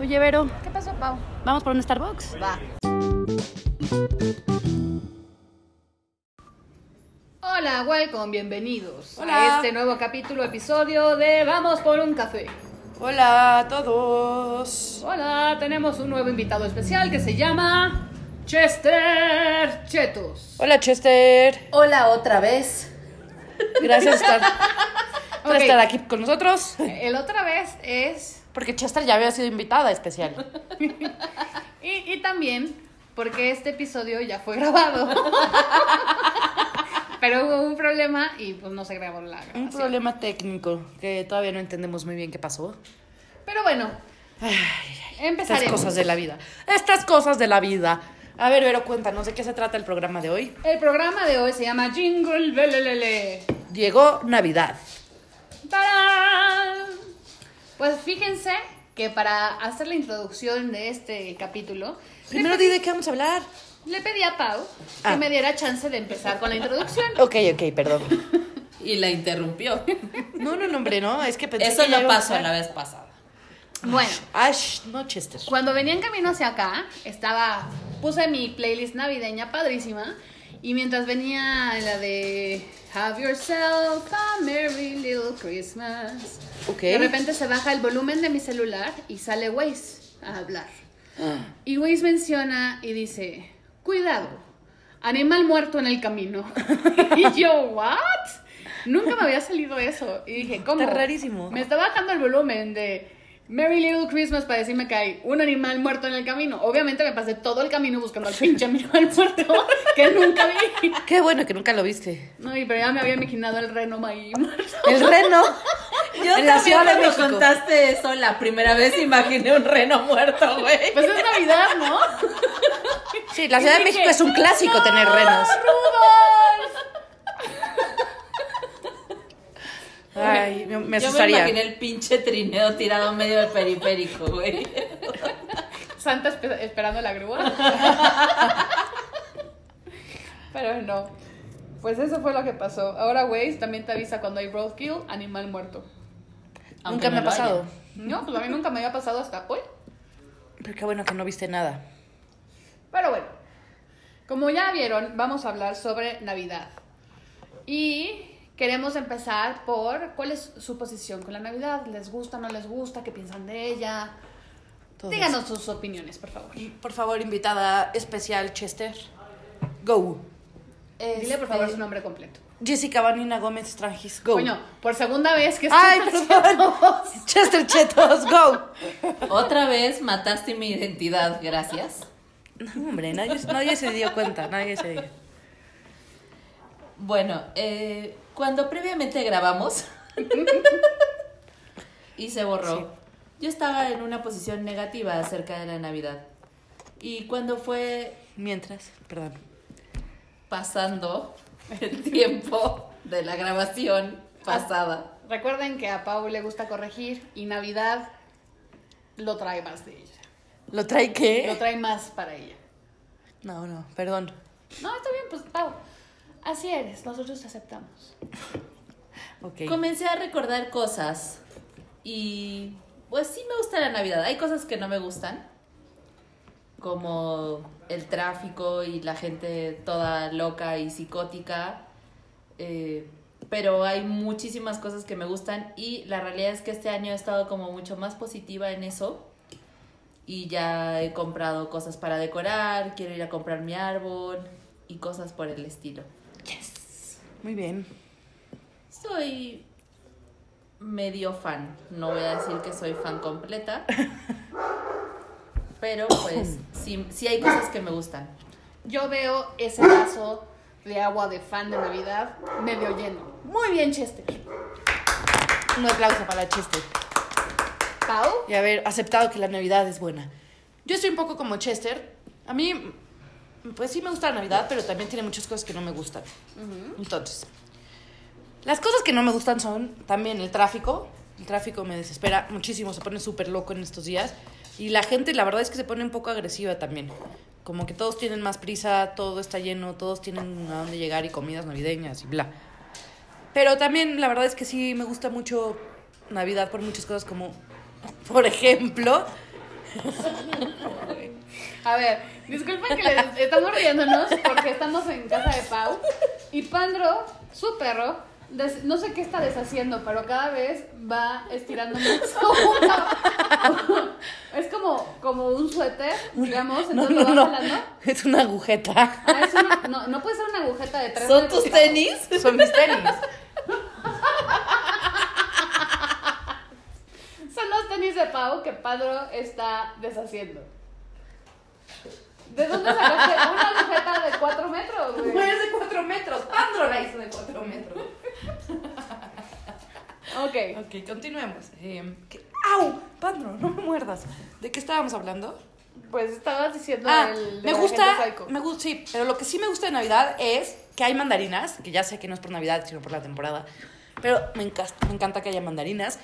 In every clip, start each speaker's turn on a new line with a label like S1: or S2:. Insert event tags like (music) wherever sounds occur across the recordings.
S1: Oye, Vero,
S2: ¿Qué pasó, Pau?
S1: ¿vamos por un Starbucks?
S2: Va. Hola, welcome, bienvenidos
S3: Hola.
S2: a este nuevo capítulo, episodio de Vamos por un café.
S3: Hola a todos.
S2: Hola, tenemos un nuevo invitado especial que se llama Chester Chetos.
S3: Hola Chester.
S4: Hola otra vez.
S3: Gracias por estar, (laughs) por
S2: Ok.
S3: estar aquí con nosotros.
S2: El otra vez es,
S3: Porque Chester ya había sido invitada especial.
S2: y, y también porque este episodio ya
S3: (laughs)
S2: fue grabado. Pero hubo un problema y pues no se grabó la grabación.
S3: Un problema técnico que todavía no entendemos muy bien qué pasó.
S2: Pero bueno,
S3: Estas
S2: empezaremos.
S3: cosas de la vida. Estas cosas de la vida. A ver, Vero, cuéntanos de qué se trata el programa de hoy.
S2: El programa de hoy se llama Jingle Belelele.
S3: Llegó Navidad.
S2: ¡Tarán! Pues fíjense que para hacer la introducción de este capítulo,
S3: Primero di de qué vamos a hablar.
S2: le pedí a Pau que
S3: Ah.
S2: me diera chance de empezar con la introducción.
S3: Ok, ok, perdón.
S4: Y la interrumpió. (laughs)
S3: No, no, no, hombre, no. Es que pensé
S4: Eso
S3: que ya
S4: no
S3: íbamos
S4: pasó
S3: a-
S4: la vez pasada.
S2: Bueno,
S3: Ash, no Chester. (gasps)
S2: cuando venía en camino hacia acá, estaba puse mi playlist navideña padrísima y mientras venía la de Have yourself a merry little Christmas.
S3: Ok.
S2: De repente se baja el volumen de mi celular y sale Waze a hablar. Y Waze menciona y dice, cuidado, animal muerto en el camino. (laughs) y yo, ¿what? Nunca me había salido eso. Y dije, ¿cómo?
S3: Está rarísimo.
S2: Me está bajando el volumen de Merry Little Christmas para decirme que hay un animal muerto en el camino. Obviamente me pasé todo el camino buscando al pinche animal (laughs) muerto que nunca vi.
S3: Qué bueno que nunca lo viste.
S2: No, y pero ya me había imaginado el reno ahí muerto.
S3: El (laughs) reno.
S4: Yo
S3: en la Ciudad de
S4: cuando
S3: México.
S4: contaste eso la primera vez imaginé un reno (laughs) muerto, güey.
S2: Pues es Navidad, ¿no?
S3: Sí, la Ciudad de
S2: dije,
S3: México es un clásico tener renos. Ay, me, me
S4: Yo me
S3: asustaría.
S4: imaginé el pinche trineo tirado en medio del periférico, (laughs) güey.
S2: Santa espe- esperando la grúa. Pero no. Pues eso fue lo que pasó. Ahora Waze también te avisa cuando hay roadkill, animal muerto.
S4: Aunque
S3: Nunca me
S4: no
S3: ha
S4: lo haya.
S3: pasado.
S2: No, pues a mí nunca me había pasado hasta hoy.
S3: Pero qué bueno que no viste nada.
S2: Pero bueno, como ya vieron, vamos a hablar sobre Navidad. Y queremos empezar por cuál es su posición con la Navidad. ¿Les gusta, no les gusta? ¿Qué piensan de ella?
S3: Todo
S2: Díganos sus opiniones, por favor.
S3: eso. Por favor, invitada especial Chester. Go.
S2: Dile, por favor, su nombre completo.
S3: Jessica Vanina Gómez Trangis. Go.
S2: Coño, por segunda vez que
S3: Ay,
S2: estoy-
S3: perdón. (laughs) Chester Chetos, go.
S4: Otra vez mataste mi identidad, gracias.
S3: No, hombre, nadie, nadie se dio cuenta. Nadie se dio.
S4: Bueno, eh, cuando
S3: (laughs)
S4: previamente grabamos y se borró, yo estaba en una posición negativa acerca de la Navidad. Y cuando fue
S3: Mientras, perdón.
S4: pasando el tiempo de la grabación pasada,
S2: Recuerden que a Pau le gusta corregir y Navidad lo trae más de ella.
S3: ¿Lo trae qué?
S2: Lo trae más para ella.
S3: No, no, perdón.
S2: No, está bien, pues Pau. Así eres, nosotros te aceptamos.
S3: Ok.
S4: comencé a recordar cosas y pues sí me gusta la Navidad. Hay cosas que no me gustan, como el tráfico y la gente toda loca y psicótica, eh, pero hay muchísimas cosas que me gustan y la realidad es que este año he estado como mucho más positiva en eso. Y ya he comprado cosas para decorar, quiero ir a comprar mi árbol y cosas por el estilo.
S3: Muy bien.
S4: Soy medio fan. No voy a decir que soy fan completa. Pero pues sí, sí hay cosas que me gustan.
S2: Yo veo ese vaso de agua de fan de Navidad medio lleno. Muy bien, Chester.
S3: Un aplauso para Chester.
S2: Pau,
S3: y haber aceptado que la Navidad es buena. Yo estoy un poco como Chester. A mí, pues sí me gusta la Navidad, pero también tiene muchas cosas que no me gustan. Entonces, las cosas que no me gustan son también el tráfico. El tráfico me desespera muchísimo, se pone súper loco en estos días. Y la gente, la verdad es que se pone un poco agresiva también. Como que todos tienen más prisa, todo está lleno, todos tienen a dónde llegar y comidas navideñas y bla. Pero también la verdad es que (laughs) sí me gusta mucho Navidad por muchas cosas como, por ejemplo,
S2: A ver, disculpen que
S3: (laughs)
S2: les estamos riéndonos porque estamos en casa de Pau y Pandro, su perro, des- no sé qué está deshaciendo, pero cada vez va estirando más. (laughs) es como, como un suéter, digamos,
S3: No,
S2: entonces
S3: no,
S2: lo va
S3: no.
S2: jalando.
S3: (laughs) Es una agujeta.
S2: Ah, es una- no, no puede ser una agujeta de tres.
S4: ¿Son
S2: de
S4: (laughs) tus
S2: costado.
S4: tenis?
S3: Son mis (laughs) tenis.
S2: Son los tenis de Pau que Padro está deshaciendo. ¿De dónde sacaste una agujeta de cuatro metros, güey?
S3: de 4 metros. Pandro la hizo de 4 metros.
S2: Ok. Em,
S3: Ok, continuemos. Eh, ¿qué- ¡Au! Pandro, no me muerdas. ¿De qué estábamos hablando?
S2: Pues estabas diciendo
S3: ah,
S2: el de
S3: me
S2: la gente
S3: gusta,
S2: psycho.
S3: me gusta, sí, pero lo que sí me gusta de Navidad es que hay mandarinas, que ya sé que no es por Navidad, sino por la temporada, pero me, encas- me encanta que haya mandarinas.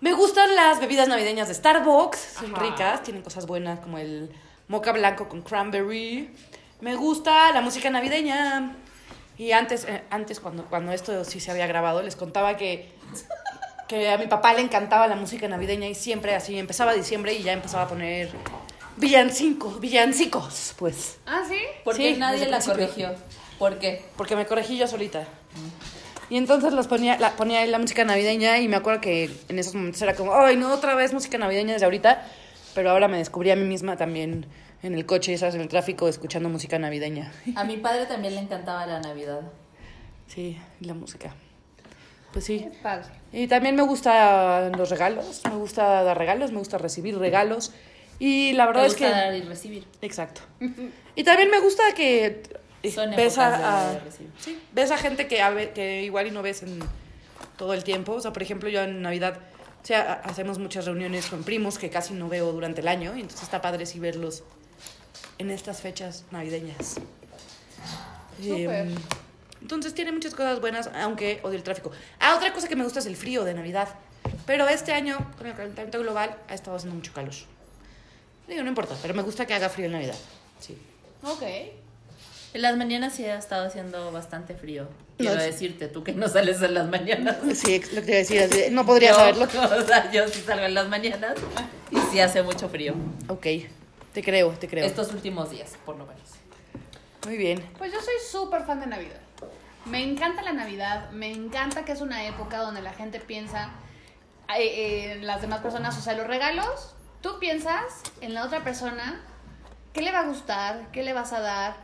S3: Me gustan las bebidas navideñas de Starbucks, son
S2: Ajá.
S3: ricas, tienen cosas buenas como el moca blanco con cranberry. Me gusta la música navideña. Y antes, eh, antes cuando, cuando esto sí se había grabado, les contaba que, que a mi papá le encantaba la música navideña y siempre así empezaba diciembre y ya empezaba a poner villancicos, villancicos, pues.
S2: Ah, ¿sí?
S4: Porque
S3: Sí,
S4: nadie
S3: desde
S4: la
S3: el principio.
S4: corrigió. ¿Por qué?
S3: Porque me corregí yo solita. Y entonces los ponía, la, ponía ahí la música navideña y me acuerdo que en esos momentos era como, ay, no, otra vez música navideña desde ahorita. Pero ahora me descubrí a mí misma también en el coche, ¿sabes? En el tráfico, escuchando música navideña.
S4: A mi padre también le encantaba la Navidad.
S3: Sí, y la música. Pues sí.
S2: Es padre.
S3: Y también me gustan los regalos, me gusta dar regalos, me gusta recibir regalos. Y la verdad
S4: Me
S3: es que...
S4: gusta dar y recibir.
S3: Exacto. Y también me gusta que eh,
S4: Son
S3: ves
S4: épocas de
S3: a,
S4: dar y
S3: a-
S4: recibir.
S3: sí, ves a gente que, a ve- que igual y no ves en todo el tiempo. O sea, por ejemplo, yo en Navidad o sea, ha- hacemos muchas reuniones con primos que casi no veo durante el año. Y entonces está padre sí verlos en estas fechas navideñas.
S2: Súper.
S3: Em, entonces tiene muchas cosas buenas, aunque odio el tráfico. Ah, otra cosa que me gusta es el frío de Navidad. Pero este año, con el calentamiento global, ha estado haciendo mucho calor. Digo, no importa, pero me gusta que haga frío en Navidad. Sí.
S2: Ok.
S4: En las mañanas sí ha estado haciendo bastante frío.
S3: No,
S4: Quiero
S3: es-
S4: decirte, tú que no sales en las mañanas.
S3: Sí, ex- lo que te iba a decir, así de, no (laughs) podría
S4: Yo,
S3: saberlo.
S4: (laughs) O sea, yo sí salgo en las mañanas y sí hace mucho frío.
S3: Ok, te creo, te creo.
S4: Estos últimos días, por lo menos.
S3: Muy bien.
S2: Pues yo soy súper fan de Navidad. Me encanta la Navidad, me encanta que es una época donde la gente piensa eh, en las demás personas, o sea, los regalos, tú piensas en la otra persona, qué le va a gustar, qué le vas a dar,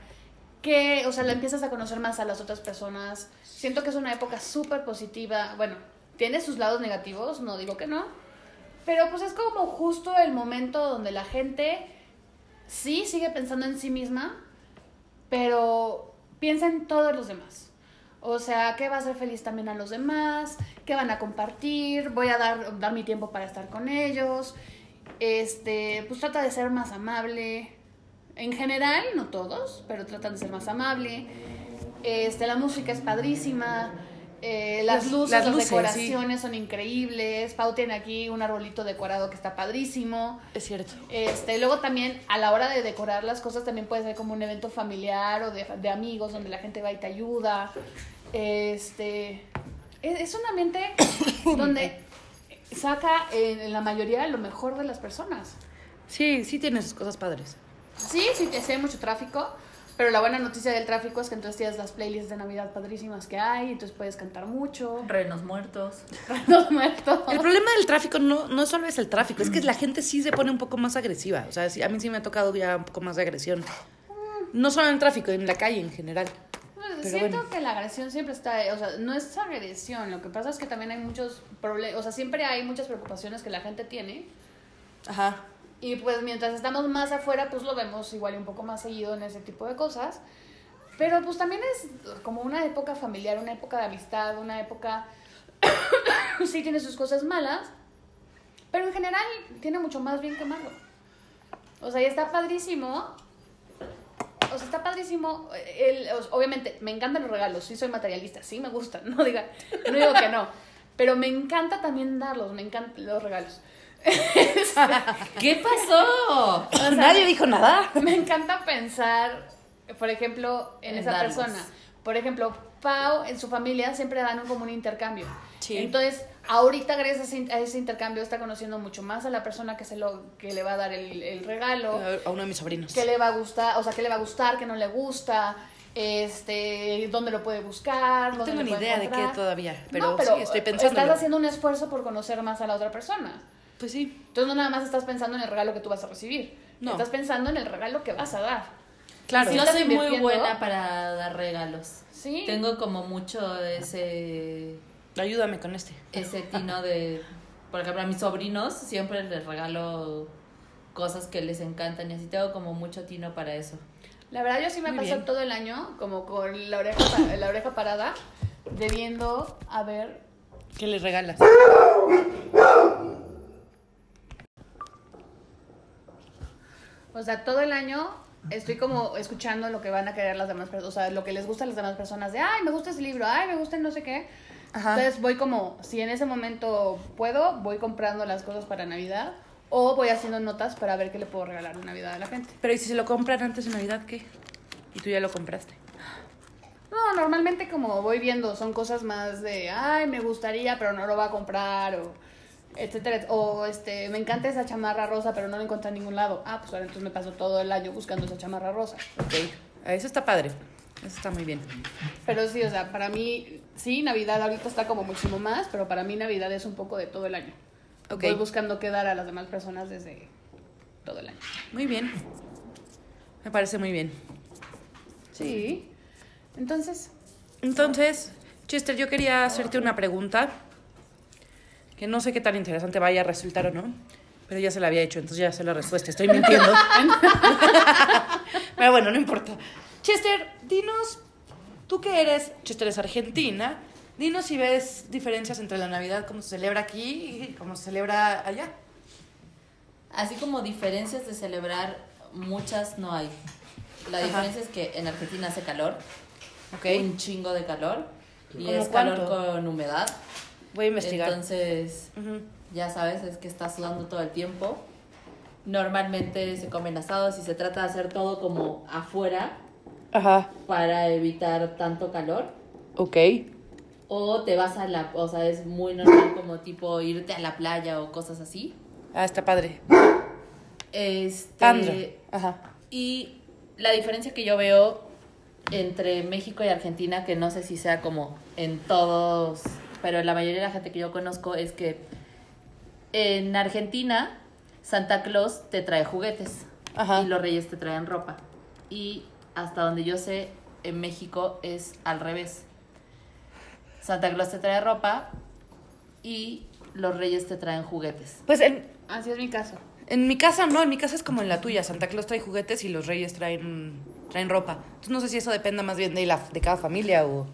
S2: que, o sea, la empiezas a conocer más a las otras personas. Siento que es una época súper positiva, bueno, tiene sus lados negativos, no digo que no, pero pues es como justo el momento donde la gente sí sigue pensando en sí misma, pero piensa en todos los demás. O sea, que va a ser feliz también a los demás, que van a compartir, voy a dar, dar mi tiempo para estar con ellos. Este, pues trata de ser más amable. En general, no todos, pero tratan de ser más amable. Este, la música es padrísima. eh, las,
S3: Las-
S2: luces,
S3: las
S2: las,
S3: luces, sí.
S2: decoraciones son increíbles. Pau tiene aquí un arbolito decorado que está padrísimo.
S3: Es cierto.
S2: Este, luego también a la hora de decorar las cosas también puede ser como un evento familiar o de, de amigos donde la gente va y te ayuda. Este, es, es un ambiente donde saca en, en la mayoría lo mejor de las personas.
S3: Sí, sí tiene sus cosas padres.
S2: Sí, sí, sí hay mucho tráfico, pero la buena noticia del tráfico es que entonces tienes las playlists de Navidad padrísimas que hay, entonces puedes cantar mucho. (laughs)
S4: Renos muertos.
S2: Los muertos.
S3: El problema del tráfico no, no solo es el tráfico, es que la gente sí se pone un poco más agresiva. O sea, sí, a mí sí me ha tocado ya un poco más de agresión. No solo en el tráfico, en la calle en general.
S2: Pues,
S3: Pero
S2: Siento
S3: bueno.
S2: que la agresión siempre está, eh, o sea, no es agresión, lo que pasa es que también hay muchos problemas, o sea, siempre hay muchas preocupaciones que la gente tiene
S3: Ajá.
S2: y pues mientras estamos más afuera, pues lo vemos igual y un poco más seguido en ese tipo de cosas, pero pues también es como una época familiar, una época de amistad, una época, (coughs) sí tiene sus cosas malas, pero en general tiene mucho más bien que malo. O sea, y está padrísimo. O sea, está padrísimo. El, o- obviamente, me encantan los regalos. Sí, soy materialista. Sí, me gustan. (laughs) No, diga, no digo que no. Pero me encanta también darlos. Me encantan los regalos.
S4: ¿Qué pasó?
S3: (laughs)
S2: sea,
S3: Nadie dijo nada.
S2: (laughs) Me encanta pensar, por ejemplo, en,
S4: En
S2: esa
S4: darlos.
S2: persona. Por ejemplo, Pau en su familia siempre dan un- como un intercambio.
S3: Sí.
S2: Entonces, Ahorita, gracias a ese, in- a ese intercambio, está conociendo mucho más a la persona que, se lo, que le va a dar el, el regalo.
S3: A uno de mis sobrinos.
S2: qué le va a gustar, o sea, qué le va a gustar, qué no le gusta, este, dónde lo puede buscar,
S3: No
S2: dónde
S3: tengo
S2: lo
S3: ni
S2: puede
S3: idea de qué
S2: encontrar.
S3: todavía, pero,
S2: No,
S3: sí, estoy pensando.
S2: Estás haciendo un esfuerzo por conocer más a la otra persona.
S3: Pues sí.
S2: Entonces no nada más estás pensando en el regalo que tú vas a recibir.
S3: No.
S2: Estás pensando en el regalo que vas a dar.
S3: Claro.
S2: Sí,
S4: Yo
S2: ¿Estás
S4: soy muy
S2: invirtiendo?
S4: buena para dar regalos.
S2: Sí.
S4: Tengo como mucho ese
S3: Ayúdame con este.
S4: ese tino de, por ejemplo, a mis sobrinos siempre les regalo cosas que les encantan y así tengo como mucho tino para eso.
S2: La verdad yo sí me
S3: Muy
S2: paso
S3: bien.
S2: todo el año como con la oreja, pa- la oreja parada, debiendo a ver.
S3: ¿Qué le regalas?
S2: O sea, todo el año estoy como escuchando lo que van a querer las demás personas, o sea, lo que les gusta a las demás personas, de, ay, me gusta ese libro, ay, me gusta no sé qué.
S3: Ajá.
S2: Entonces voy como, si en ese momento puedo, voy comprando las cosas para Navidad o voy haciendo notas para ver qué le puedo regalar en Navidad a la gente.
S3: Pero ¿y si se lo compran antes de Navidad qué? Y tú ya lo compraste.
S2: No, normalmente como voy viendo, son cosas más de, ay, me gustaría, pero no lo va a comprar, o etcétera, et- o este, me encanta esa chamarra rosa, pero no la encontré en ningún lado. Ah, pues ahora entonces me paso todo el año buscando esa chamarra rosa.
S3: Ok. Ah, Eso está padre. Eso está muy bien.
S2: Pero sí, o sea, para mí, sí, Navidad ahorita está como muchísimo más, pero para mí Navidad es un poco de todo el año.
S3: Ok.
S2: Voy buscando qué dar a las demás personas desde todo el año.
S3: Muy bien. Me parece muy bien.
S2: Sí. Entonces,
S3: Entonces, Chester, yo quería hacerte una pregunta que no sé qué tan interesante vaya a resultar o no, pero ya se la había hecho, entonces ya sé la respuesta, estoy (laughs) mintiendo. pero bueno, no importa. Chester, dinos, tú que eres, Chester es argentina, dinos si ves diferencias entre la Navidad, cómo se celebra aquí y cómo se celebra allá.
S4: Así como diferencias de celebrar, muchas no hay. La
S3: Ajá.
S4: diferencia es que en Argentina hace calor, un
S3: ¿Ok?
S4: chingo de calor, y
S3: ¿Cómo
S4: es calor
S3: cuánto?
S4: con humedad.
S3: Voy a investigar.
S4: Entonces,
S3: Ujú.
S4: ya sabes, es que está sudando todo el tiempo. Normalmente se comen asados y se trata de hacer todo como afuera
S3: Ajá,
S4: para evitar tanto calor.
S3: ok.
S4: O te vas a la, o sea, es muy normal como tipo irte a la playa o cosas así.
S3: Ah, está padre.
S4: Este,
S3: Andra. Ajá.
S4: Y la diferencia que yo veo entre México y Argentina, que no sé si sea como en todos, pero la mayoría de la gente que yo conozco es que en Argentina Santa Claus te trae juguetes
S3: Ajá.
S4: y los reyes te traen ropa. Y hasta donde yo sé, en México es al revés. Santa Claus te trae ropa y los reyes te traen juguetes.
S3: Pues en,
S2: así es mi caso.
S3: En mi casa no, en mi casa es como en la tuya. Santa Claus trae juguetes y los reyes traen, traen ropa. Entonces no sé si eso dependa más bien de, la, de cada familia o...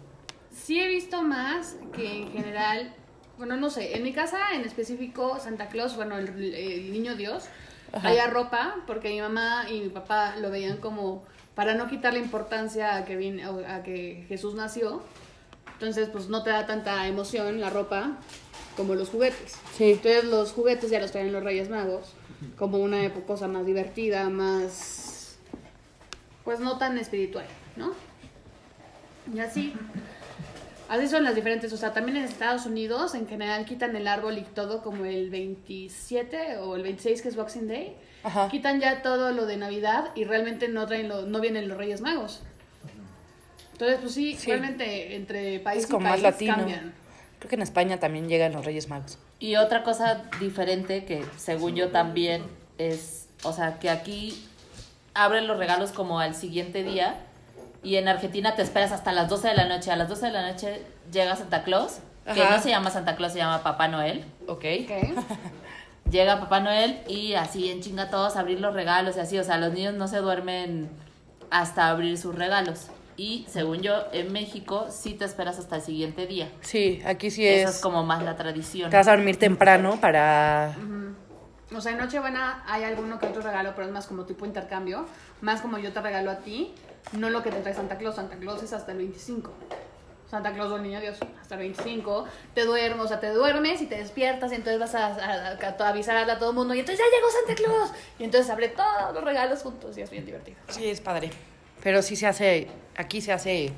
S2: Sí he visto más que en general, bueno, no sé, en mi casa en específico Santa Claus, bueno, el, el niño Dios, traía ropa porque mi mamá y mi papá lo veían como para no quitarle importancia a que, vin- a que Jesús nació. Entonces, pues no te da tanta emoción la ropa como los juguetes.
S3: Sí.
S2: Entonces, los juguetes ya los traen los Reyes Magos como una epo- cosa más divertida, más pues no tan espiritual, ¿no? Y así. Así son las diferentes. O sea, también en Estados Unidos en general quitan el árbol y todo como el 27 o el 26 que es Boxing Day.
S3: Ajá.
S2: Quitan ya todo lo de Navidad y realmente no traen lo- no vienen los Reyes Magos. Entonces, pues sí,
S3: Sí.
S2: realmente entre país
S3: Es como
S2: y
S3: más
S2: país
S3: latino.
S2: cambian.
S3: Creo que en España también llegan los reyes magos.
S4: Y otra cosa diferente que según yo también es, o sea, que aquí abren los regalos como al siguiente día y en Argentina te esperas hasta las 12 de la noche. A las 12 de la noche llega Santa Claus, que
S3: Ajá.
S4: no se llama Santa Claus, se llama Papá Noel.
S3: Ok.
S2: Ok.
S4: Llega Papá Noel y así en chinga todos a abrir los regalos y así, o sea, los niños no se duermen hasta abrir sus regalos. Y según yo, en México sí te esperas hasta el siguiente día.
S3: Sí, aquí sí
S4: Esa
S3: es...
S4: es como más la tradición.
S3: Te vas a dormir temprano para...
S2: O sea, en Nochebuena hay alguno que otro regalo, pero es más como tipo intercambio. Más como yo te regalo a ti, no lo que te trae Santa Claus. Santa Claus es hasta el 25. Santa Claus o el niño Dios, hasta el 25. Te duermes, o sea, te duermes y te despiertas y entonces vas a, a- a- a avisarle a todo el mundo. Y entonces ya llegó Santa Claus. Y entonces abre todos los regalos juntos y es bien divertido.
S3: Sí, es padre. Pero sí se hace... Aquí se hace...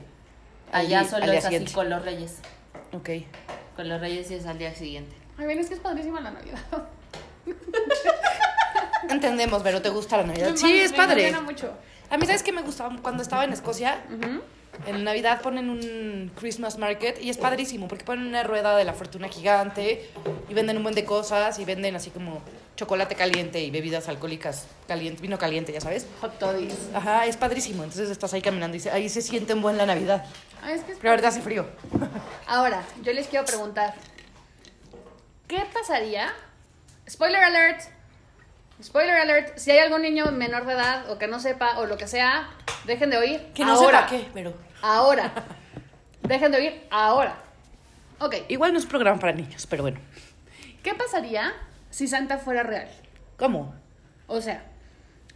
S3: al
S4: Allá
S3: di-
S4: solo
S3: al día
S4: es así
S3: siguiente.
S4: con los reyes.
S3: Ok.
S4: Con los reyes es al día siguiente.
S2: Ay, bien, es que es padrísima la Navidad.
S3: Entendemos, pero te gusta la Navidad.
S2: (laughs) Me
S3: Sí,
S2: mama-
S3: es
S2: me
S3: padre.
S2: emociona mucho.
S3: A mí, ¿sabes qué me gustaba? Cuando estaba en Escocia, en Navidad ponen un Christmas market y es padrísimo porque ponen una rueda de la fortuna gigante y venden un buen de cosas y venden así como chocolate caliente y bebidas alcohólicas, caliente, vino caliente, ya sabes.
S2: Hot toddies.
S3: Ajá, es padrísimo. Entonces estás ahí caminando y se- ahí se siente un buen la Navidad.
S2: Ay, es que es
S3: Pero ahorita hace frío.
S2: Ahora, yo les quiero preguntar, ¿qué pasaría? Spoiler alert, spoiler alert, si hay algún niño menor de edad o que no sepa o lo que sea, dejen de oír.
S3: Que no
S2: ahora,
S3: sepa qué, pero... (laughs)
S2: Ahora, dejen de oír ahora. Ok,
S3: Igual no es programa para niños, pero bueno.
S2: ¿qué pasaría si Santa fuera real?
S3: ¿Cómo?
S2: O sea,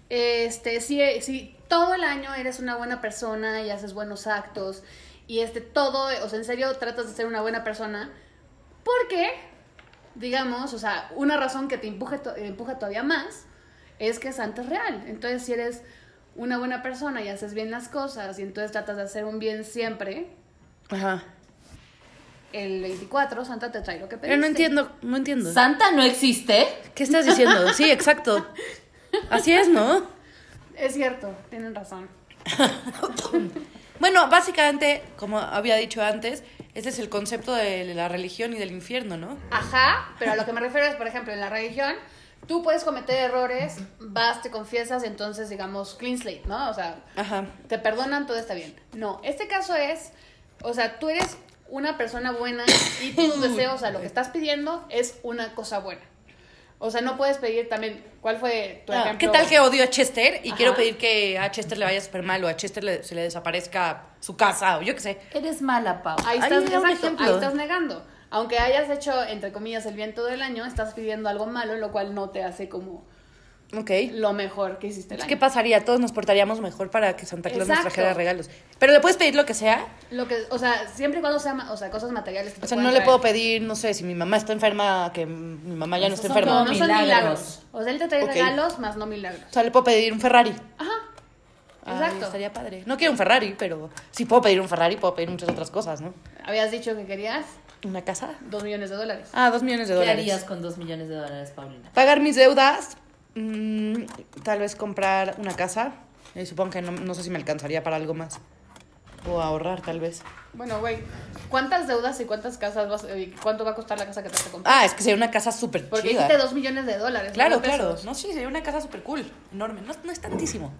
S2: este, si, si todo el año eres una buena persona y haces buenos actos y este todo, o sea, en serio tratas de ser una buena persona, porque, digamos, o sea, una razón que te empuje to- eh, empuja todavía más es que Santa es real. Entonces, si eres una buena persona y haces bien las cosas y entonces tratas de hacer un bien siempre,
S3: Ajá.
S2: el 24 Santa te trae lo que pediste.
S3: Pero no entiendo, no entiendo.
S4: ¿Santa no existe?
S3: ¿Qué estás diciendo? Sí, exacto. Así es, ¿no?
S2: Es cierto, tienen razón.
S3: Bueno, básicamente, como había dicho antes, este es el concepto de la religión y del infierno, ¿no?
S2: Ajá, pero a lo que me refiero es, por ejemplo, en la religión, tú puedes cometer errores, vas, te confiesas, entonces, digamos, clean slate, ¿no? O sea,
S3: Ajá.
S2: te perdonan, todo está bien. No, este caso es, o sea, tú eres una persona buena y
S3: (coughs)
S2: tus deseos, o sea, lo que estás pidiendo es una cosa buena. O sea, no puedes pedir también, ¿cuál fue tu
S3: Ah,
S2: ejemplo?
S3: ¿Qué tal que odio a Chester y
S2: Ajá.
S3: quiero pedir que a Chester le vaya súper mal o a Chester le- se le desaparezca su casa o yo qué sé?
S4: Eres mala, Pau.
S2: Ahí
S3: Ahí
S2: estás,
S3: era un
S2: exacto,
S3: ejemplo.
S2: ahí estás negando. Aunque hayas hecho, entre comillas, el bien todo el año, estás pidiendo algo malo, lo cual no te hace como
S3: Ok.
S2: lo mejor que hiciste el
S3: Entonces,
S2: año.
S3: ¿Qué pasaría? Todos nos portaríamos mejor para que Santa Claus
S2: Exacto.
S3: nos trajera regalos. Pero le puedes pedir lo que sea.
S2: Lo que, o sea, siempre y cuando sea, ma- o sea, cosas materiales que te
S3: O sea,
S2: puedan
S3: no le
S2: traer. Pues
S3: puedo pedir, no sé, si mi mamá está enferma, que mi mamá ya no
S4: Esos
S3: esté
S4: son
S3: enferma.
S2: No, no
S4: como
S2: son
S4: Milagros.
S2: milagros. O sea, él te trae
S3: Ok.
S2: regalos más no milagros.
S3: O sea, le puedo pedir un Ferrari.
S2: Ajá.
S3: Ay,
S2: Ah, Exacto.
S3: Ah, estaría padre. No quiero un Ferrari, pero si puedo pedir un Ferrari, puedo pedir muchas otras cosas, ¿no?
S2: Habías dicho que querías
S3: ¿Una casa?
S2: dos millones de dólares.
S3: Ah, dos millones de
S4: ¿Qué
S3: dólares.
S4: harías con dos millones de dólares, Paulina?
S3: Pagar mis deudas. mm, tal vez comprar una casa. Eh, supongo que no, no sé si me alcanzaría para algo más. O ahorrar, tal vez.
S2: Bueno, güey, ¿cuántas deudas y cuántas casas vas, eh, cuánto va a costar la casa que te vas a comprar?
S3: Ah, es que sería una casa súper
S2: Porque
S3: chida.
S2: dijiste dos millones de dólares.
S3: Claro,
S2: no pesos.
S3: claro. No, sí, sería una casa súper cool. Enorme. No, no es tantísimo.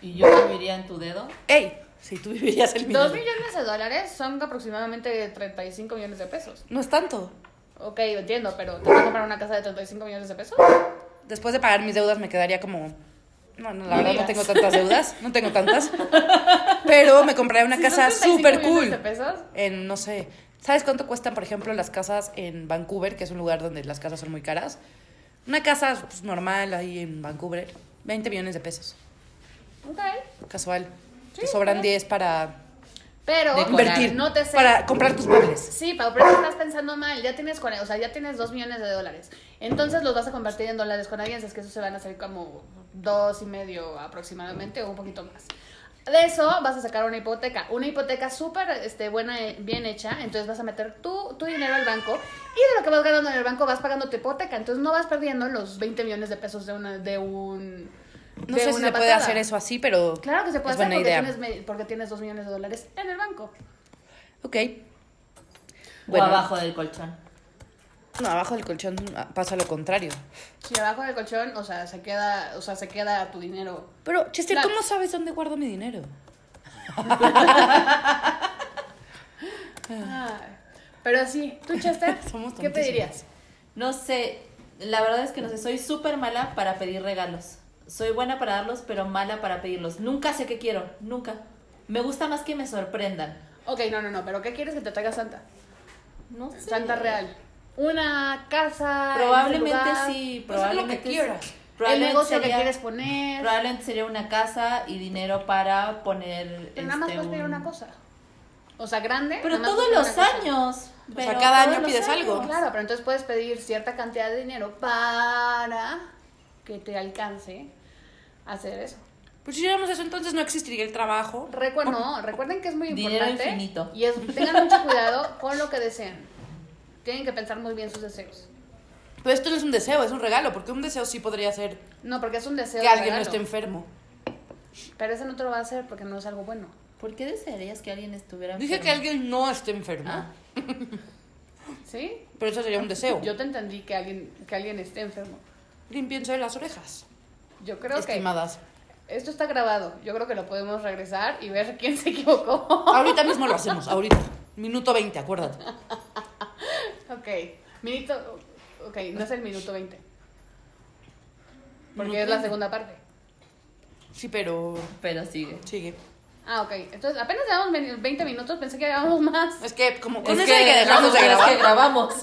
S4: ¿Y yo viviría en tu dedo?
S3: ¡Ey! Si tú (laughs) vivirías el
S2: Dos
S3: millón.
S2: millones de dólares son aproximadamente 35 millones de pesos.
S3: No es tanto.
S2: Ok, entiendo, pero ¿te vas a comprar una casa de 35 millones de pesos?
S3: Después de pagar mis deudas me quedaría como... No, no, la verdad no
S2: Digas.
S3: tengo tantas deudas. No tengo
S2: (laughs)
S3: tantas. Pero me compraré una
S2: Si son
S3: casa
S2: 35
S3: súper
S2: millones
S3: cool.
S2: de pesos,
S3: en, no sé, ¿sabes cuánto cuestan, por ejemplo, las casas en Vancouver, que es un lugar donde las casas son muy caras? Una casa pues, normal ahí en Vancouver, 20 millones de pesos,
S2: ok.
S3: casual. Te sobran 10 para
S2: Pero
S4: Decorar.
S3: invertir,
S2: no te sé.
S3: para comprar tus muebles.
S2: Sí, Pau, pero es que estás pensando mal. Ya tienes, cuare- o sea, ya tienes 2 millones de dólares. Entonces los vas a convertir en dólares canadienses, que eso se van a hacer como dos y medio aproximadamente o un poquito más. De eso vas a sacar una hipoteca, una hipoteca súper este, buena, eh, bien hecha. Entonces vas a meter tu, tu dinero al banco y de lo que vas ganando en el banco vas pagando tu hipoteca. Entonces no vas perdiendo los 20 millones de pesos de, una, de un.
S3: No
S2: de
S3: sé si
S2: una
S3: se puede
S2: patada.
S3: hacer eso así, pero
S2: Claro que se puede
S3: es
S2: hacer
S3: buena
S2: porque
S3: idea.
S2: tienes, me- porque tienes 2 millones de dólares en el banco.
S3: Ok.
S4: ¿O abajo del colchón?
S3: No, abajo del colchón ah, pasa lo contrario.
S2: Si abajo del colchón, o sea, se queda, o sea, se queda tu dinero.
S3: Pero, Chester,
S2: Claro.
S3: ¿cómo sabes dónde guardo mi dinero?
S2: Ay. Ah, Pero sí,
S3: (laughs)
S2: tú Chester,
S3: Ah. Somos
S2: ¿qué
S3: tontísimas.
S2: pedirías?
S4: No sé, la verdad es que no sé, soy súper mala para pedir regalos. Soy buena para darlos, pero mala para pedirlos. Nunca sé qué quiero, nunca. Me gusta más que me sorprendan.
S2: Ok, no, no, no, pero ¿qué quieres que te traiga Santa?
S4: No sé.
S2: Santa real. Una casa. en
S4: Probablemente
S2: ese lugar.
S4: sí,
S3: Pues haz lo que
S4: probablemente sí.
S3: quieras.
S2: El
S4: Probablemente
S2: negocio que
S4: sería-
S2: quieres poner.
S4: Probablemente sería una casa y dinero para poner.
S2: Pero nada más
S4: este,
S2: puedes pedir
S4: un-
S2: una cosa. O sea, grande.
S4: Pero
S2: nada más
S4: todos
S2: puedes
S4: los
S2: pedir una cosa.
S4: años.
S3: sea,
S4: pero
S3: cada
S4: todos
S3: año
S4: los
S3: pides algo.
S4: años.
S2: Claro, pero entonces puedes pedir cierta cantidad de dinero para que te alcance a hacer eso.
S3: Pues si hiciéramos eso, entonces no existiría el trabajo.
S2: Recu- no, recuerden que es muy
S4: Dinero
S2: importante.
S4: infinito.
S2: Y es- tengan mucho cuidado con lo que desean. Tienen que pensar muy bien sus deseos.
S3: Pero esto no es un deseo, es un regalo, porque un deseo sí podría ser
S2: No, porque es un deseo.
S3: que
S2: de
S3: alguien no
S2: regalo.
S3: esté enfermo.
S2: Pero ese no te lo va a hacer porque no es algo bueno.
S4: ¿Por qué desearías que alguien estuviera
S3: Dije que
S4: enfermo?
S3: alguien no esté enfermo,
S4: Ah.
S2: ¿Sí?
S3: pero eso sería un deseo.
S2: Yo te entendí que alguien, que alguien esté enfermo.
S3: Limpiense las orejas,
S2: Yo creo
S3: estimadas.
S2: que esto está grabado. Yo creo que lo podemos regresar y ver (laughs) quién se equivocó.
S3: Ahorita mismo lo hacemos, ahorita. Minuto 20, acuérdate.
S2: ok. Minuto. Ok, no es el minuto 20. Porque
S3: Minuto
S2: es la
S3: 20.
S2: segunda parte.
S3: Sí, pero
S4: Pero sigue.
S3: sigue.
S2: Ah, ok. Entonces apenas llevamos men- 20 minutos. Pensé que llevábamos (laughs) más.
S3: Es que como con
S4: Es
S3: eso hay que dejarnos de
S4: es
S3: grabar.
S4: que grabamos.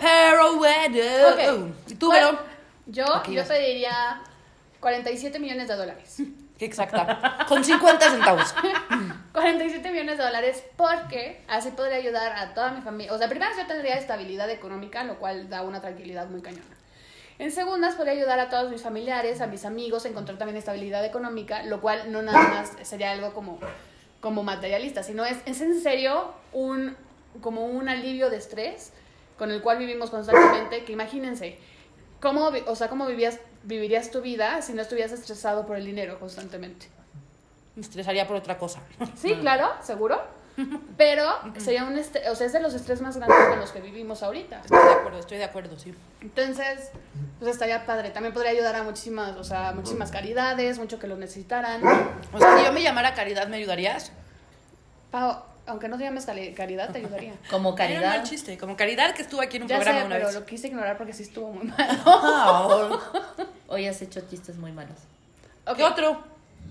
S3: Pero bueno.
S2: Ok.
S3: ¿Y tú,
S2: Bueno,
S3: Vero?
S2: Yo,
S3: Ok,
S2: yo
S3: vas.
S2: pediría 47 millones de dólares.
S3: Qué exacta. Con 50 centavos.
S2: 47 millones de dólares porque así podría ayudar a toda mi familia. O sea, primero yo tendría estabilidad económica, lo cual da una tranquilidad muy cañona. En segundas, podría ayudar a todos mis familiares, a mis amigos, a encontrar también estabilidad económica, lo cual no nada más sería algo como, como materialista, sino es, es en serio un, como un alivio de estrés con el cual vivimos constantemente, que imagínense, ¿cómo, vi- o sea, cómo vivías, vivirías tu vida si no estuvieras estresado por el dinero constantemente?
S3: Me estresaría por otra cosa.
S2: Sí, claro,
S3: (laughs)
S2: seguro. Pero sería un estre- o sea, es de los estrés más grandes con los que vivimos ahorita.
S3: Estoy de acuerdo, estoy de acuerdo, sí.
S2: Entonces, pues estaría padre. También podría ayudar a muchísimas, o sea, muchísimas caridades, mucho que lo necesitaran.
S3: O sea, si yo me llamara Caridad, ¿me ayudarías?
S2: Pau, aunque no te llames cali- caridad, te ayudaría.
S3: Era
S4: Como
S3: un
S4: caridad.
S3: mal chiste, como Caridad que estuvo aquí en (laughs) un
S2: Ya
S3: programa
S2: sé,
S3: una
S2: pero
S3: vez.
S2: lo quise ignorar porque sí estuvo muy mal. (laughs)
S3: Ah,
S4: Hoy has hecho chistes muy malos.
S2: Ok,
S3: ¿Qué otro?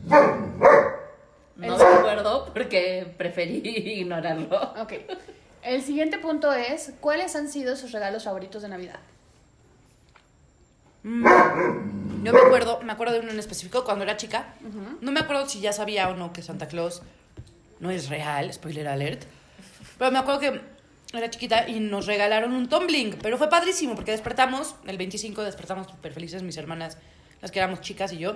S4: No me acuerdo porque preferí (laughs) ignorarlo.
S2: ok. El siguiente punto es, ¿cuáles han sido sus regalos favoritos de Navidad?
S3: Yo me acuerdo, me acuerdo de uno en específico cuando era chica. No me acuerdo si ya sabía o no que Santa Claus no es real, spoiler alert. Pero me acuerdo que era chiquita y nos regalaron un tumbling, pero fue padrísimo porque despertamos, el 25 despertamos súper felices mis hermanas, las que éramos chicas y yo.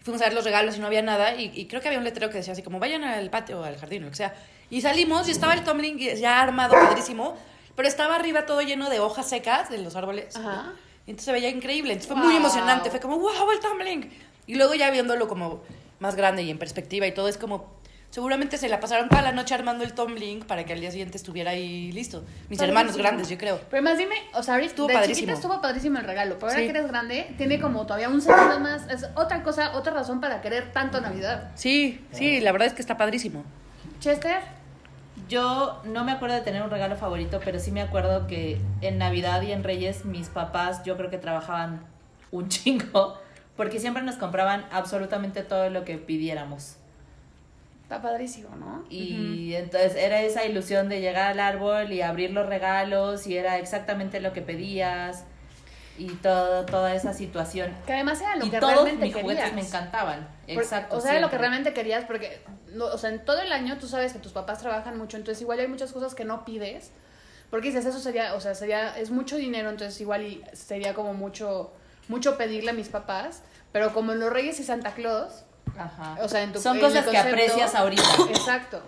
S3: Fuimos a ver los regalos y no había nada y, y creo que había un letrero que decía así como vayan al patio o al jardín o lo que sea. Y salimos y estaba el tumbling y ya armado, padrísimo, pero estaba arriba todo lleno de hojas secas de los árboles.
S2: Ajá.
S3: Entonces se veía increíble, entonces fue
S2: Wow.
S3: muy emocionante, fue como, wow, el tumbling. Y luego ya viéndolo como más grande y en perspectiva y todo, es como, seguramente se la pasaron toda la noche armando el tumbling para que al día siguiente estuviera ahí listo. Mis
S2: Padrísimo.
S3: hermanos grandes, yo creo.
S2: Pero más dime, o sea, ahorita
S3: Estuvo
S2: de
S3: padrísimo.
S2: chiquita estuvo padrísimo el regalo, pero ahora
S3: Sí.
S2: que eres grande, tiene como todavía un sentido más, es otra cosa, otra razón para querer tanto Navidad.
S3: Sí, sí, la verdad es que está padrísimo.
S2: Chester,
S4: Yo no me acuerdo de tener un regalo favorito, pero sí me acuerdo que en Navidad y en Reyes mis papás yo creo que trabajaban un (laughs) chingo porque siempre nos compraban absolutamente todo lo que pidiéramos.
S2: está padrísimo, ¿no?
S4: Y entonces era esa ilusión de llegar al árbol y abrir los regalos y era exactamente lo que pedías y todo, toda esa situación.
S2: Que además era lo
S4: y
S2: que
S4: todos
S2: realmente
S4: mis juguetes
S2: querías.
S4: me encantaban.
S2: Por-
S4: Exacto.
S2: O sea, era lo que
S4: siempre.
S2: realmente querías, porque, no, o sea, en todo el año tú sabes que tus papás trabajan mucho, entonces igual hay muchas cosas que no pides, porque dices, eso sería, o sea, sería, es mucho dinero, entonces igual y sería como mucho, mucho pedirle a mis papás, pero como en los Reyes y Santa Claus,
S4: Ajá.
S2: O sea, en tu-
S4: Son
S2: en
S4: cosas
S2: el
S4: que
S2: concepto-
S4: aprecias ahorita.
S2: Exacto.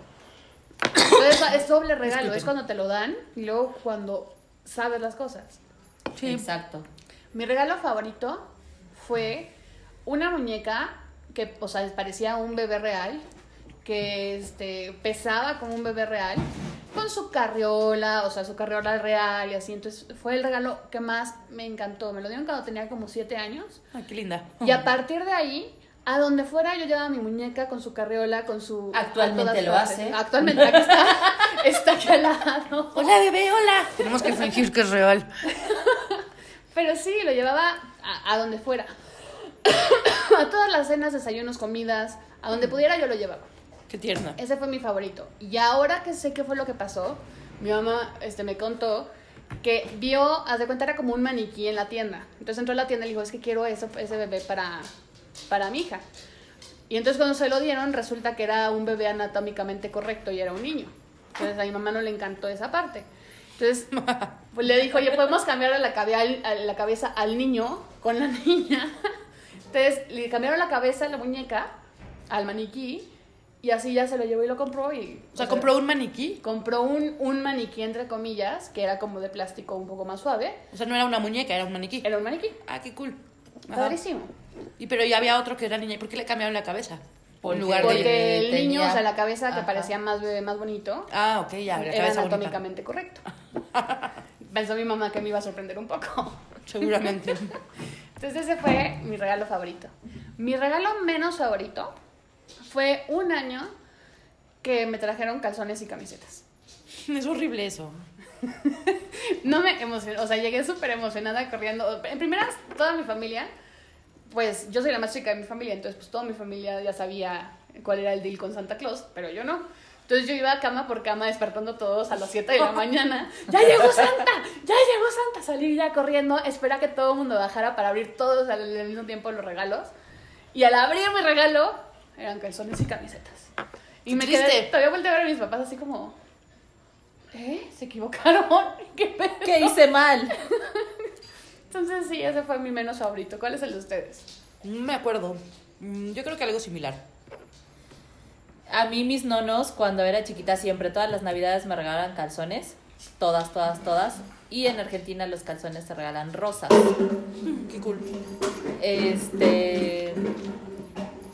S2: Entonces es doble regalo,
S3: Disculpen.
S2: es cuando te lo dan y luego cuando sabes las cosas.
S4: Exacto.
S2: Mi regalo favorito fue una muñeca que, o sea, parecía un bebé real, que este, pesaba como un bebé real, con su carriola, o sea, su carriola real y así. Entonces fue el regalo que más me encantó. Me lo dieron cuando tenía como siete años.
S3: Ay, Ah, qué linda.
S2: Y a partir de ahí, a donde fuera, yo llevaba mi muñeca con su carriola, con su.
S4: Actualmente
S2: a todas
S4: lo
S2: partes.
S4: hace.
S2: Actualmente, aquí está. (laughs) Está aquí al lado.
S3: Hola, bebé, hola. Tenemos que fingir que es real.
S2: Pero sí, lo llevaba a, a donde fuera. (coughs) a todas las cenas, desayunos, comidas, a donde pudiera yo lo llevaba.
S3: Qué tierna.
S2: Ese fue mi favorito. Y ahora que sé qué fue lo que pasó, mi mamá este, me contó que vio, haz de cuenta, era como un maniquí en la tienda. Entonces entró a la tienda y le dijo, es que quiero eso, ese bebé para, para mi hija. Y entonces cuando se lo dieron, resulta que era un bebé anatómicamente correcto y era un niño. Entonces a mi mamá no le encantó esa parte. Entonces (laughs) pues, le dijo, oye, podemos cambiarle la, cabe- al- a la cabeza al niño con la (laughs) niña. Entonces le cambiaron la cabeza a la muñeca, al maniquí, Y así ya se lo llevó y lo compró y...
S3: O sea, compró un maniquí.
S2: compró un, un maniquí, entre comillas, que era como de plástico un poco más suave.
S3: O sea, no era una muñeca, era un maniquí.
S2: Era un maniquí.
S3: Ah, qué cool. Ajá.
S2: Padrísimo.
S3: Y pero ya había otro que era niña. ¿Y ¿Por qué le cambiaron la cabeza?
S4: Porque-
S3: en lugar de.
S2: Porque el niño,
S4: tenía-
S2: o sea, la cabeza que
S4: Ajá.
S2: parecía más bebé, más bonito,
S3: Ah, ok, ya. La
S2: era
S3: cabeza bonita. (laughs)
S2: anatómicamente correcto. Pensó mi mamá que me iba a sorprender un poco.
S3: Seguramente. (laughs)
S2: Entonces ese fue mi regalo favorito. Mi regalo menos favorito fue un año que me trajeron calzones y camisetas.
S3: es horrible eso.
S2: No me emocioné, o sea, llegué súper emocionada corriendo. En primeras, toda mi familia, pues yo soy la más chica de mi familia, entonces pues toda mi familia ya sabía cuál era el deal con Santa Claus, pero yo no. Entonces yo iba cama por cama despertando todos a las
S3: (laughs)
S2: 7 de la mañana. ¡Ya llegó Santa! ¡Ya llegó Santa! Salí ya corriendo, espera que todo el mundo bajara para abrir todos al, al mismo tiempo los regalos. Y al abrir mi regalo, eran calzones y camisetas. Y
S3: Qué
S2: me
S3: triste.
S2: quedé, todavía volteé a ver a mis papás así como... ¿Eh? ¿Se equivocaron? (laughs) (laughs) ¿Qué pedo?
S4: ¿Qué hice mal?
S2: Entonces sí, ese fue mi menos favorito. ¿Cuál es el de ustedes?
S3: No me acuerdo. Mm, Yo creo que algo similar.
S4: A mí mis nonos, cuando era chiquita siempre, todas las navidades me regalaban calzones. Todas, todas, todas. Y en Argentina los calzones se regalan rosas.
S3: Qué cool.
S4: Este.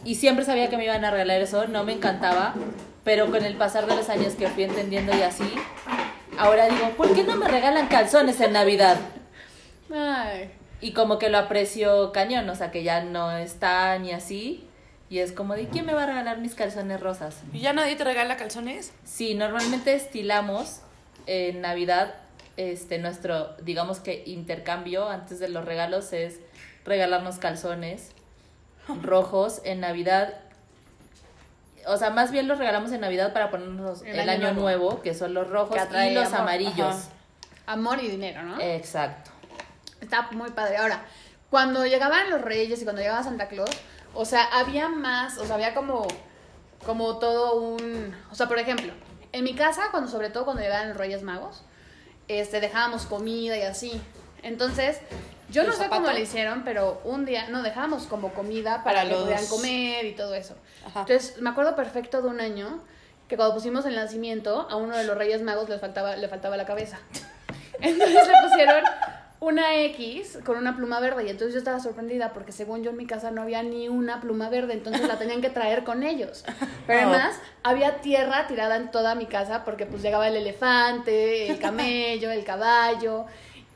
S4: Y siempre sabía que me iban a regalar eso, no me encantaba. Pero con el pasar de los años que fui entendiendo y así, ahora digo, ¿por qué no me regalan calzones en Navidad?
S2: Ay,
S4: Y como que lo aprecio cañón, o sea que ya no está ni así. Y es como de ¿quién me va a regalar mis calzones rosas?
S3: ¿Y ya nadie te regala calzones?
S4: Sí, normalmente estilamos en Navidad este nuestro, digamos que intercambio antes de los regalos es regalarnos (laughs) calzones rojos en Navidad. O sea, más bien los regalamos en Navidad para ponernos el,
S2: El
S4: año,
S2: año
S4: nuevo. que ¿Ah? son los rojos
S2: Que atrae
S4: y los
S2: amor.
S4: amarillos.
S3: Ajá.
S2: amor y dinero,
S3: Eh.
S2: ¿no?
S4: Exacto.
S2: Está muy padre. Ahora, cuando llegaban los Reyes y cuando llegaba Santa Claus, o sea, había más, o sea, había como, como todo un... O sea, por ejemplo, en mi casa, cuando sobre todo cuando llegaban los Reyes Magos, este, dejábamos comida y así. Entonces, yo
S3: ¿El
S2: no sé
S3: zapato?
S2: cómo le hicieron, pero un día, no, dejábamos como comida
S3: Para
S2: para, que
S3: los-
S2: pudieran comer y todo eso.
S3: Ajá.
S2: Entonces, me acuerdo perfecto de un año que cuando pusimos el nacimiento, a uno de los Reyes Magos le faltaba, le faltaba
S3: (laughs)
S2: la cabeza. Entonces le pusieron una X con una pluma verde. Y entonces yo estaba sorprendida porque según yo en mi casa no había ni una pluma verde. Entonces la tenían que traer con ellos. Pero
S3: Oh.
S2: además había tierra tirada en toda mi casa porque pues llegaba el elefante, el camello, el caballo.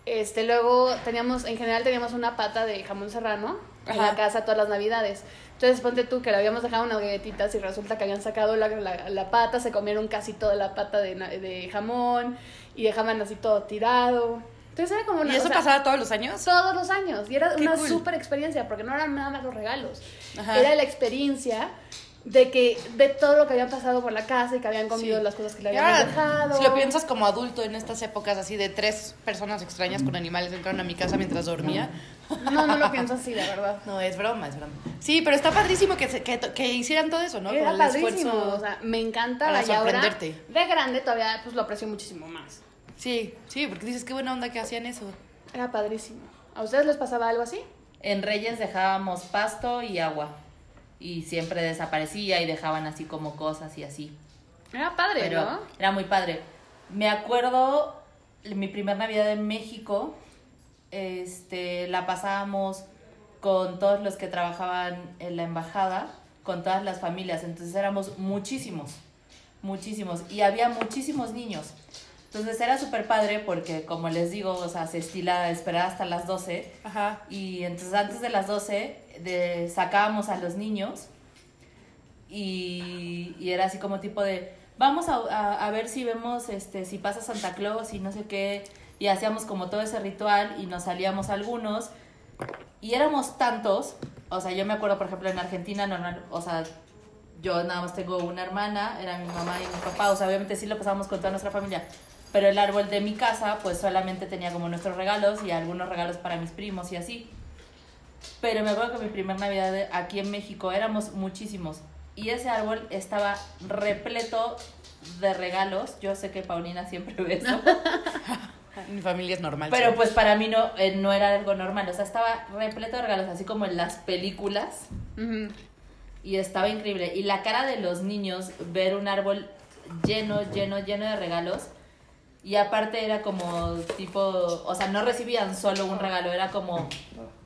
S2: Este, luego teníamos, en general teníamos una pata de jamón serrano en
S3: Ajá.
S2: la casa todas las navidades. Entonces ponte tú que le habíamos dejado unas galletitas y resulta que habían sacado la, la- la pata, se comieron casi toda la pata de, na- de jamón y dejaban así todo tirado. Entonces era como una,
S3: ¿Y eso
S2: o sea,
S3: pasaba todos los años?
S2: todos los años y era
S3: Qué
S2: una
S3: cool.
S2: super experiencia porque no eran nada más los regalos,
S3: Ajá.
S2: era la experiencia de que de todo lo que habían pasado por la casa y que habían comido
S3: Sí.
S2: las cosas que le
S3: Y
S2: habían
S3: ahora,
S2: dejado.
S3: Si lo piensas como adulto en estas épocas así de tres personas extrañas con animales entraron a mi casa mientras dormía.
S2: No, no lo pienso así, la verdad.
S3: No, es broma, es broma. Sí, pero está padrísimo que, se- que, to- que hicieran todo eso, ¿no?
S2: Era
S3: Como el
S2: padrísimo,
S3: esfuerzo.
S2: o sea, me encanta
S3: para
S2: y ahora
S3: sorprenderte.
S2: de grande todavía pues lo aprecio muchísimo más.
S3: Sí, sí, porque dices qué buena onda que hacían eso.
S2: Era padrísimo. ¿A ustedes les pasaba algo así?
S4: En Reyes dejábamos pasto y agua. Y siempre desaparecía y dejaban así como cosas y así.
S2: Era padre,
S4: pero
S2: ¿no?
S4: era muy padre. Me acuerdo mi primer Navidad en México, este, la pasábamos con todos los que trabajaban en la embajada, con todas las familias, entonces éramos muchísimos, muchísimos, y había muchísimos niños. Entonces era súper padre porque, como les digo, o sea, se estila esperar hasta las 12
S3: Ajá.
S4: y entonces antes de las 12 de- sacábamos a los niños y, y era así como tipo de, vamos a, a- a ver si vemos, este, si pasa Santa Claus y no sé qué. Y hacíamos como todo ese ritual y nos salíamos algunos y éramos tantos. O sea, yo me acuerdo, por ejemplo, en Argentina, normal, o sea, yo nada más tengo una hermana, era mi mamá y mi papá. O sea, obviamente sí lo pasábamos con toda nuestra familia. Pero el árbol de mi casa, pues solamente tenía como nuestros regalos y algunos regalos para mis primos y así. Pero me acuerdo que mi primer Navidad de- aquí en México éramos muchísimos. Y ese árbol estaba repleto de regalos. Yo sé que Paulina siempre ve eso.
S3: Mi familia es normal.
S4: Pero
S3: sí.
S4: pues para mí no, eh, no era algo normal. O sea, estaba repleto de regalos, así como en las películas.
S2: Ujú.
S4: y estaba increíble. Y la cara de los niños, ver un árbol lleno, lleno, lleno de regalos. Y aparte era como tipo, o sea, no recibían solo un regalo, era como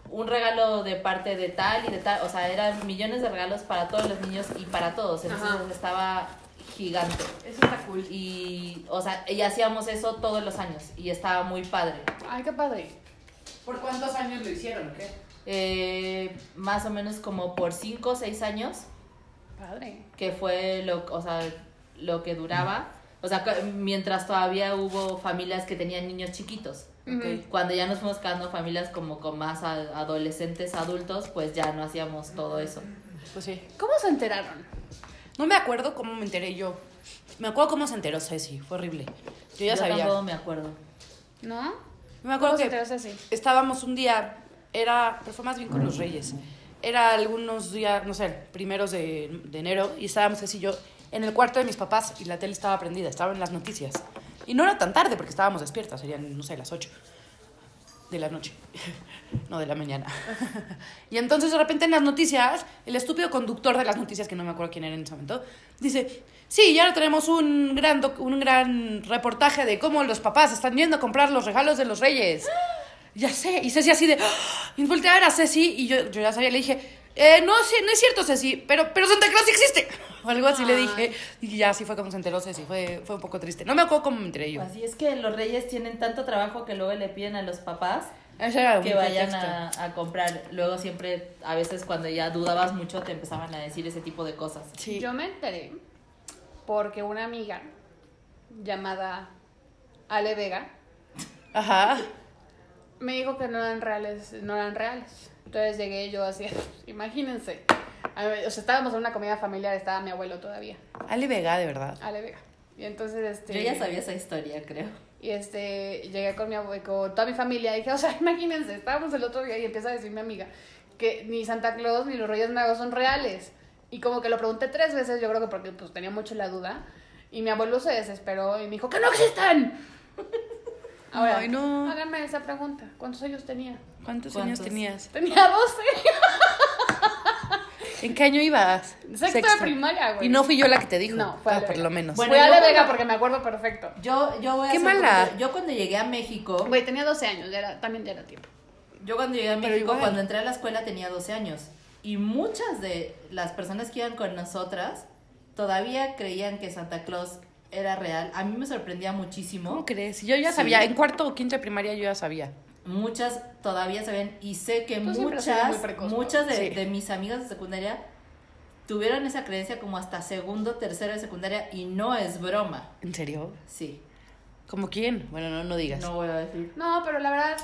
S4: un regalo de parte de tal y de tal, o sea, eran millones de regalos para todos los niños y para todos, entonces
S2: Ajá.
S4: estaba gigante.
S1: Eso está cool.
S4: Y, o sea, y hacíamos eso todos los años y estaba muy padre.
S2: Ay, qué padre.
S1: ¿Por cuántos años lo hicieron? ¿Qué?
S4: Eh, más o menos como por 5 o 6 años,
S2: Padre.
S4: que fue lo, o sea, lo que duraba. O sea, cu- mientras todavía hubo familias que tenían niños chiquitos.
S2: Ujú.
S4: Cuando ya nos fuimos quedando familias como con más a- adolescentes, adultos, pues ya no hacíamos todo eso.
S3: Pues sí.
S2: ¿Cómo se enteraron?
S3: No me acuerdo cómo me enteré yo. Me acuerdo cómo se enteró Ceci, fue horrible. Yo ya sabía.
S4: tampoco me acuerdo.
S2: ¿No?
S3: Me
S2: ¿Cómo
S3: acuerdo
S2: se
S3: que
S2: enteró así?
S3: estábamos un día, era, pero fue más bien con los Reyes. Era algunos días, no sé, primeros de, de enero, y estábamos Ceci y yo en el cuarto de mis papás y la tele estaba prendida, estaba en las noticias. Y no era tan tarde porque estábamos despiertas, serían, no sé, las 8 de la noche, (laughs) no de la mañana. (laughs) y entonces de repente en las noticias, el estúpido conductor de las noticias, que no me acuerdo quién era en ese momento, dice, sí, ya tenemos un gran, doc- un gran reportaje de cómo los papás están yendo a comprar los regalos de los reyes. (gasps) Ya sé, y Ceci así de, ¡ah! y volteé a ver a Ceci y yo, yo ya sabía, le dije, "Eh, no, sí, no es cierto Ceci, pero, pero Santa Claus sí existe. (laughs) O algo así le dije, y ya así fue como se enteró Ceci, fue, fue un poco triste. No me acuerdo cómo me enteré yo.
S4: Así Pues es que los reyes tienen tanto trabajo que luego le piden a los papás
S3: Ese era
S4: que
S3: un
S4: vayan
S3: pretexto.
S4: a, a comprar. Luego siempre, a veces cuando ya dudabas mucho, te empezaban a decir ese tipo de cosas.
S3: Sí.
S2: Yo me enteré porque una amiga llamada Ale Vega
S3: Ajá.
S2: me dijo que no eran reales, no eran reales. Entonces llegué yo así, (laughs) imagínense. A ver, O sea, estábamos en una comida familiar, estaba mi abuelo todavía,
S3: Ali Vega, de verdad.
S2: Ale Vega. Y entonces este
S4: Yo ya sabía esa historia, creo.
S2: Y este, llegué con mi abue- con toda mi familia, y dije, o sea, (laughs) imagínense, estábamos el otro día y empieza a decir mi amiga que ni Santa Claus ni los Reyes Magos son reales. Y como que lo pregunté tres veces, yo creo que porque pues tenía mucho la duda, y mi abuelo se desesperó y me dijo, ¡que no
S3: (laughs)
S2: existen! Ahora,
S3: Ay, no.
S2: háganme esa pregunta, ¿cuántos años tenía? (laughs)
S3: ¿Cuántos, años
S4: ¿Cuántos?
S3: tenías?
S2: Tenía 12,
S3: ¿En qué año ibas?
S2: sexto, de primaria, güey.
S3: Y no fui yo la que te dijo.
S2: No, fue
S3: ah,
S2: Ale
S3: por
S2: Vega.
S3: lo menos.
S4: Bueno,
S2: Fue a
S4: yo
S2: la
S4: cuando-
S2: Vega porque me acuerdo perfecto.
S4: Yo, yo voy a
S3: Qué
S4: hacer
S3: mala.
S4: porque Yo cuando llegué a México,
S2: Güey, tenía 12 años, ya era- también ya era tiempo.
S4: yo cuando llegué a
S3: Pero
S4: México,
S3: igual.
S4: cuando entré a la escuela tenía 12 años. Y muchas de las personas que iban con nosotras todavía creían que Santa Claus era real. A mí me sorprendía muchísimo.
S3: ¿Cómo crees? Yo ya
S4: Sí.
S3: sabía. En cuarto o quinto de primaria yo ya sabía.
S4: Muchas todavía saben y sé que
S2: Tú siempre has sido
S4: muchas,
S2: muy precoz, ¿no?
S4: muchas de,
S3: Sí.
S4: de mis amigas de secundaria tuvieron esa creencia como hasta segundo, tercero de secundaria y no es broma.
S3: ¿En serio?
S4: Sí,
S3: ¿Como quién? Bueno, no, no digas.
S4: no voy a decir.
S2: No, pero la verdad,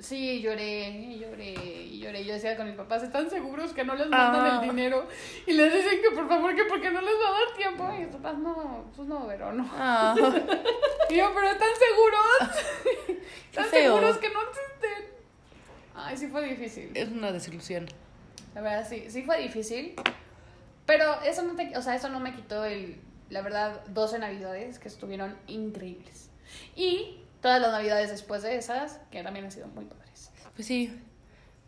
S2: sí, lloré, y lloré, y lloré. Yo decía con mis papás, ¿están seguros que no les mandan
S3: Ah.
S2: el dinero? Y les dicen que por favor, que porque no les va a dar tiempo. Y mis papás, no, pues no, pero no.
S3: Ah, (laughs)
S2: Y yo, pero ¿están seguros?
S3: (laughs)
S2: (laughs) ¿Están
S3: feo.
S2: seguros que no existen? Ay, sí fue difícil.
S3: es una desilusión.
S2: La verdad, sí, sí fue difícil. Pero eso no te, o sea, eso no me quitó el, la verdad, 12 navidades que estuvieron increíbles. Y todas las navidades después de esas, que también han sido muy padres.
S3: Pues sí.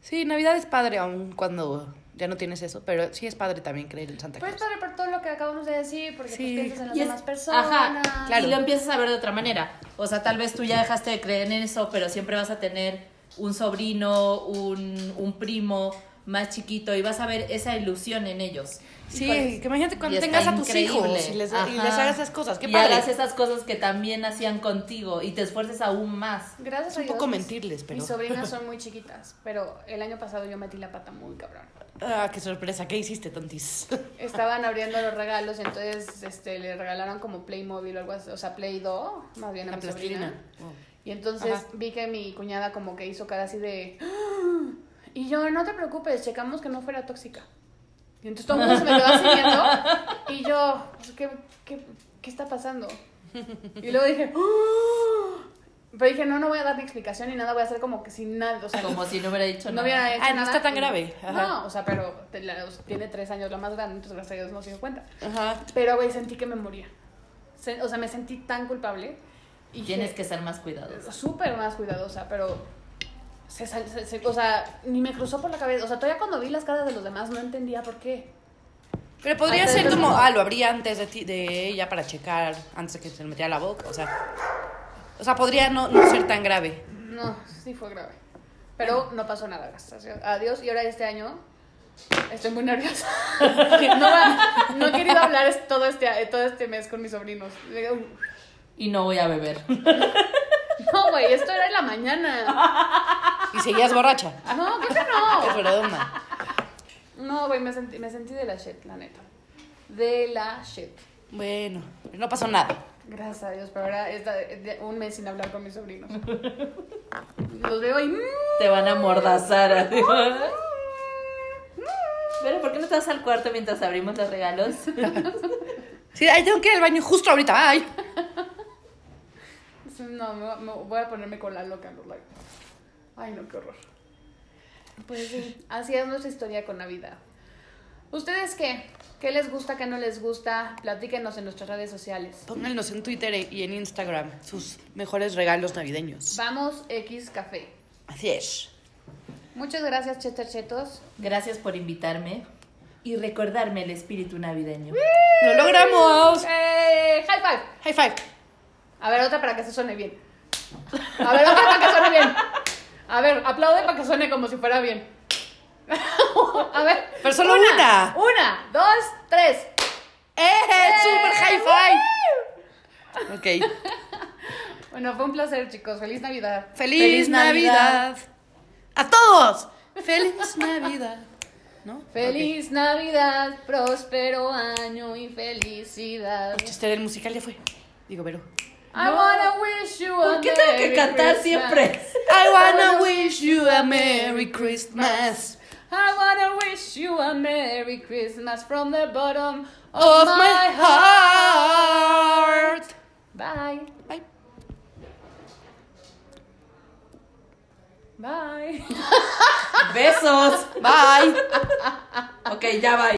S3: Sí, Navidad es padre aun cuando ya no tienes eso, pero sí es padre también creer en Santa
S2: Pues
S3: Claus.
S2: para por todo lo que acabamos de decir, porque
S3: Sí.
S2: pues, piensas en las
S4: Y es-
S2: demás personas.
S4: Ajá,
S3: Claro.
S4: Y lo empiezas a ver de otra manera. O sea, tal vez tú ya dejaste de creer en eso, pero siempre vas a tener un sobrino, un, un primo más chiquito y vas a ver esa ilusión en ellos.
S3: Sí,
S4: Híjoles.
S3: que imagínate cuando
S4: Y está
S3: tengas a tus
S4: increíble.
S3: hijos y les, y
S4: Ajá.
S3: les hagas esas cosas. Qué
S4: y
S3: padre.
S4: hagas esas cosas que también hacían contigo y te esfuerces aún más.
S2: Gracias
S3: Es
S2: a
S3: un
S2: Dios.
S3: poco
S2: mis-
S3: mentirles, pero-
S2: Mis sobrinas son muy chiquitas, pero el año pasado yo metí la pata muy cabrón.
S3: Ah, qué sorpresa. ¿Qué hiciste, tontis?
S2: Estaban abriendo los regalos, entonces este, le regalaron como Playmobil o algo así, o sea, Play Doh, más bien
S3: (laughs)
S2: a
S3: La
S2: mi sobrina.
S3: plastilina. Oh.
S2: Y entonces
S3: Ajá.
S2: vi que mi cuñada como que hizo cara así de... "Ah". Y yo, no te preocupes, checamos que no fuera tóxica. Y entonces todo el mundo se me quedó así
S3: (laughs)
S2: viendo. Y yo, pues, ¿qué, qué, qué está pasando? Y luego dije... "Ah". Pero dije, no, no voy a dar ni explicación ni nada, voy a hacer como que sin nada. O sea,
S4: Como si no hubiera dicho
S2: no
S4: nada.
S2: hubiera hecho
S3: Ah, no
S2: nada.
S3: está tan grave. Ajá.
S2: No, o sea, pero te- la- tiene tres años la más grande, entonces gracias a Dios no se dio cuenta.
S3: Ajá.
S2: Pero, güey, sentí que me moría. Se- o sea, me sentí tan culpable. Y
S4: Tienes
S2: dije,
S4: que ser más cuidadoso.
S2: súper más cuidadosa, pero se, sal- se- se- o sea, ni me cruzó por la cabeza, o sea, todavía cuando vi las caras de los demás no entendía por qué.
S3: Pero podría
S4: Antes
S3: ser
S4: de
S3: como,
S4: todo.
S3: ah, lo abría antes de, ti- de ella para checar, antes de que se le metiera la boca, o sea. O sea, podría no, no ser tan grave.
S2: No, sí fue grave. Pero no pasó nada, gracias. a Dios. Y ahora este año estoy muy (laughs) nerviosa. No, va- no he querido hablar es- todo este, eh, todo este mes con mis sobrinos.
S4: Y no voy a beber. (laughs)
S2: No, güey, esto era en la mañana.
S3: Y seguías borracha.
S2: No, creo que
S3: Es
S2: no.
S3: redonda.
S2: No, güey, me sentí, me sentí de la shit, la neta. De la shit.
S3: Bueno, no pasó nada.
S2: Gracias a Dios, pero ahora es de- de- un mes sin hablar con mis sobrinos. Los veo y... mm,
S4: Te van a mordazar. (laughs) así.
S2: mm.
S4: Pero ¿por qué no te vas al cuarto mientras abrimos los regalos?
S3: Sí, ay, tengo que ir al baño justo ahorita, ay.
S2: No, me, me- voy a ponerme con la loca. no, like, Ay, no, qué horror. Pues sí, así es nuestra historia con Navidad. ¿Ustedes qué? ¿Qué les gusta, qué no les gusta? Platíquenos en nuestras redes sociales.
S3: Pónganos en Twitter e- y en Instagram sus mejores regalos navideños.
S2: Vamos X Café.
S3: Así es.
S2: Muchas gracias, Chester Chetos.
S4: Gracias por invitarme y recordarme el espíritu navideño.
S3: ¡Lo logramos!
S2: ¡Eh! ¡High five!
S3: High five.
S2: A ver, otra para que se suene bien. A ver, otra para que suene bien. A ver, aplaude para que suene como si fuera bien. (laughs) A ver.
S3: Pero solo una.
S2: Una, dos, tres.
S3: ¡Eh! ¡Super high five! Ok.
S2: Bueno, fue un placer, chicos. Feliz Navidad.
S3: ¡Feliz,
S4: Feliz
S3: Navidad.
S4: Navidad.
S3: ¡A todos! ¡Feliz Navidad! ¿No?
S2: Feliz Navidad, próspero año y felicidad.
S3: Ok. Chester, el musical ya fue. Digo, pero.
S2: I wanna wish you a
S4: ¿Por qué tengo que
S2: Merry
S4: cantar
S2: Christmas.
S4: siempre?
S3: I wanna wish you a Merry Christmas
S2: I wanna wish you a Merry Christmas from the bottom of,
S3: of
S2: my,
S3: my heart.
S2: Bye.
S3: Bye.
S2: Bye.
S4: Besos.
S3: Bye.
S4: Ok, ya va.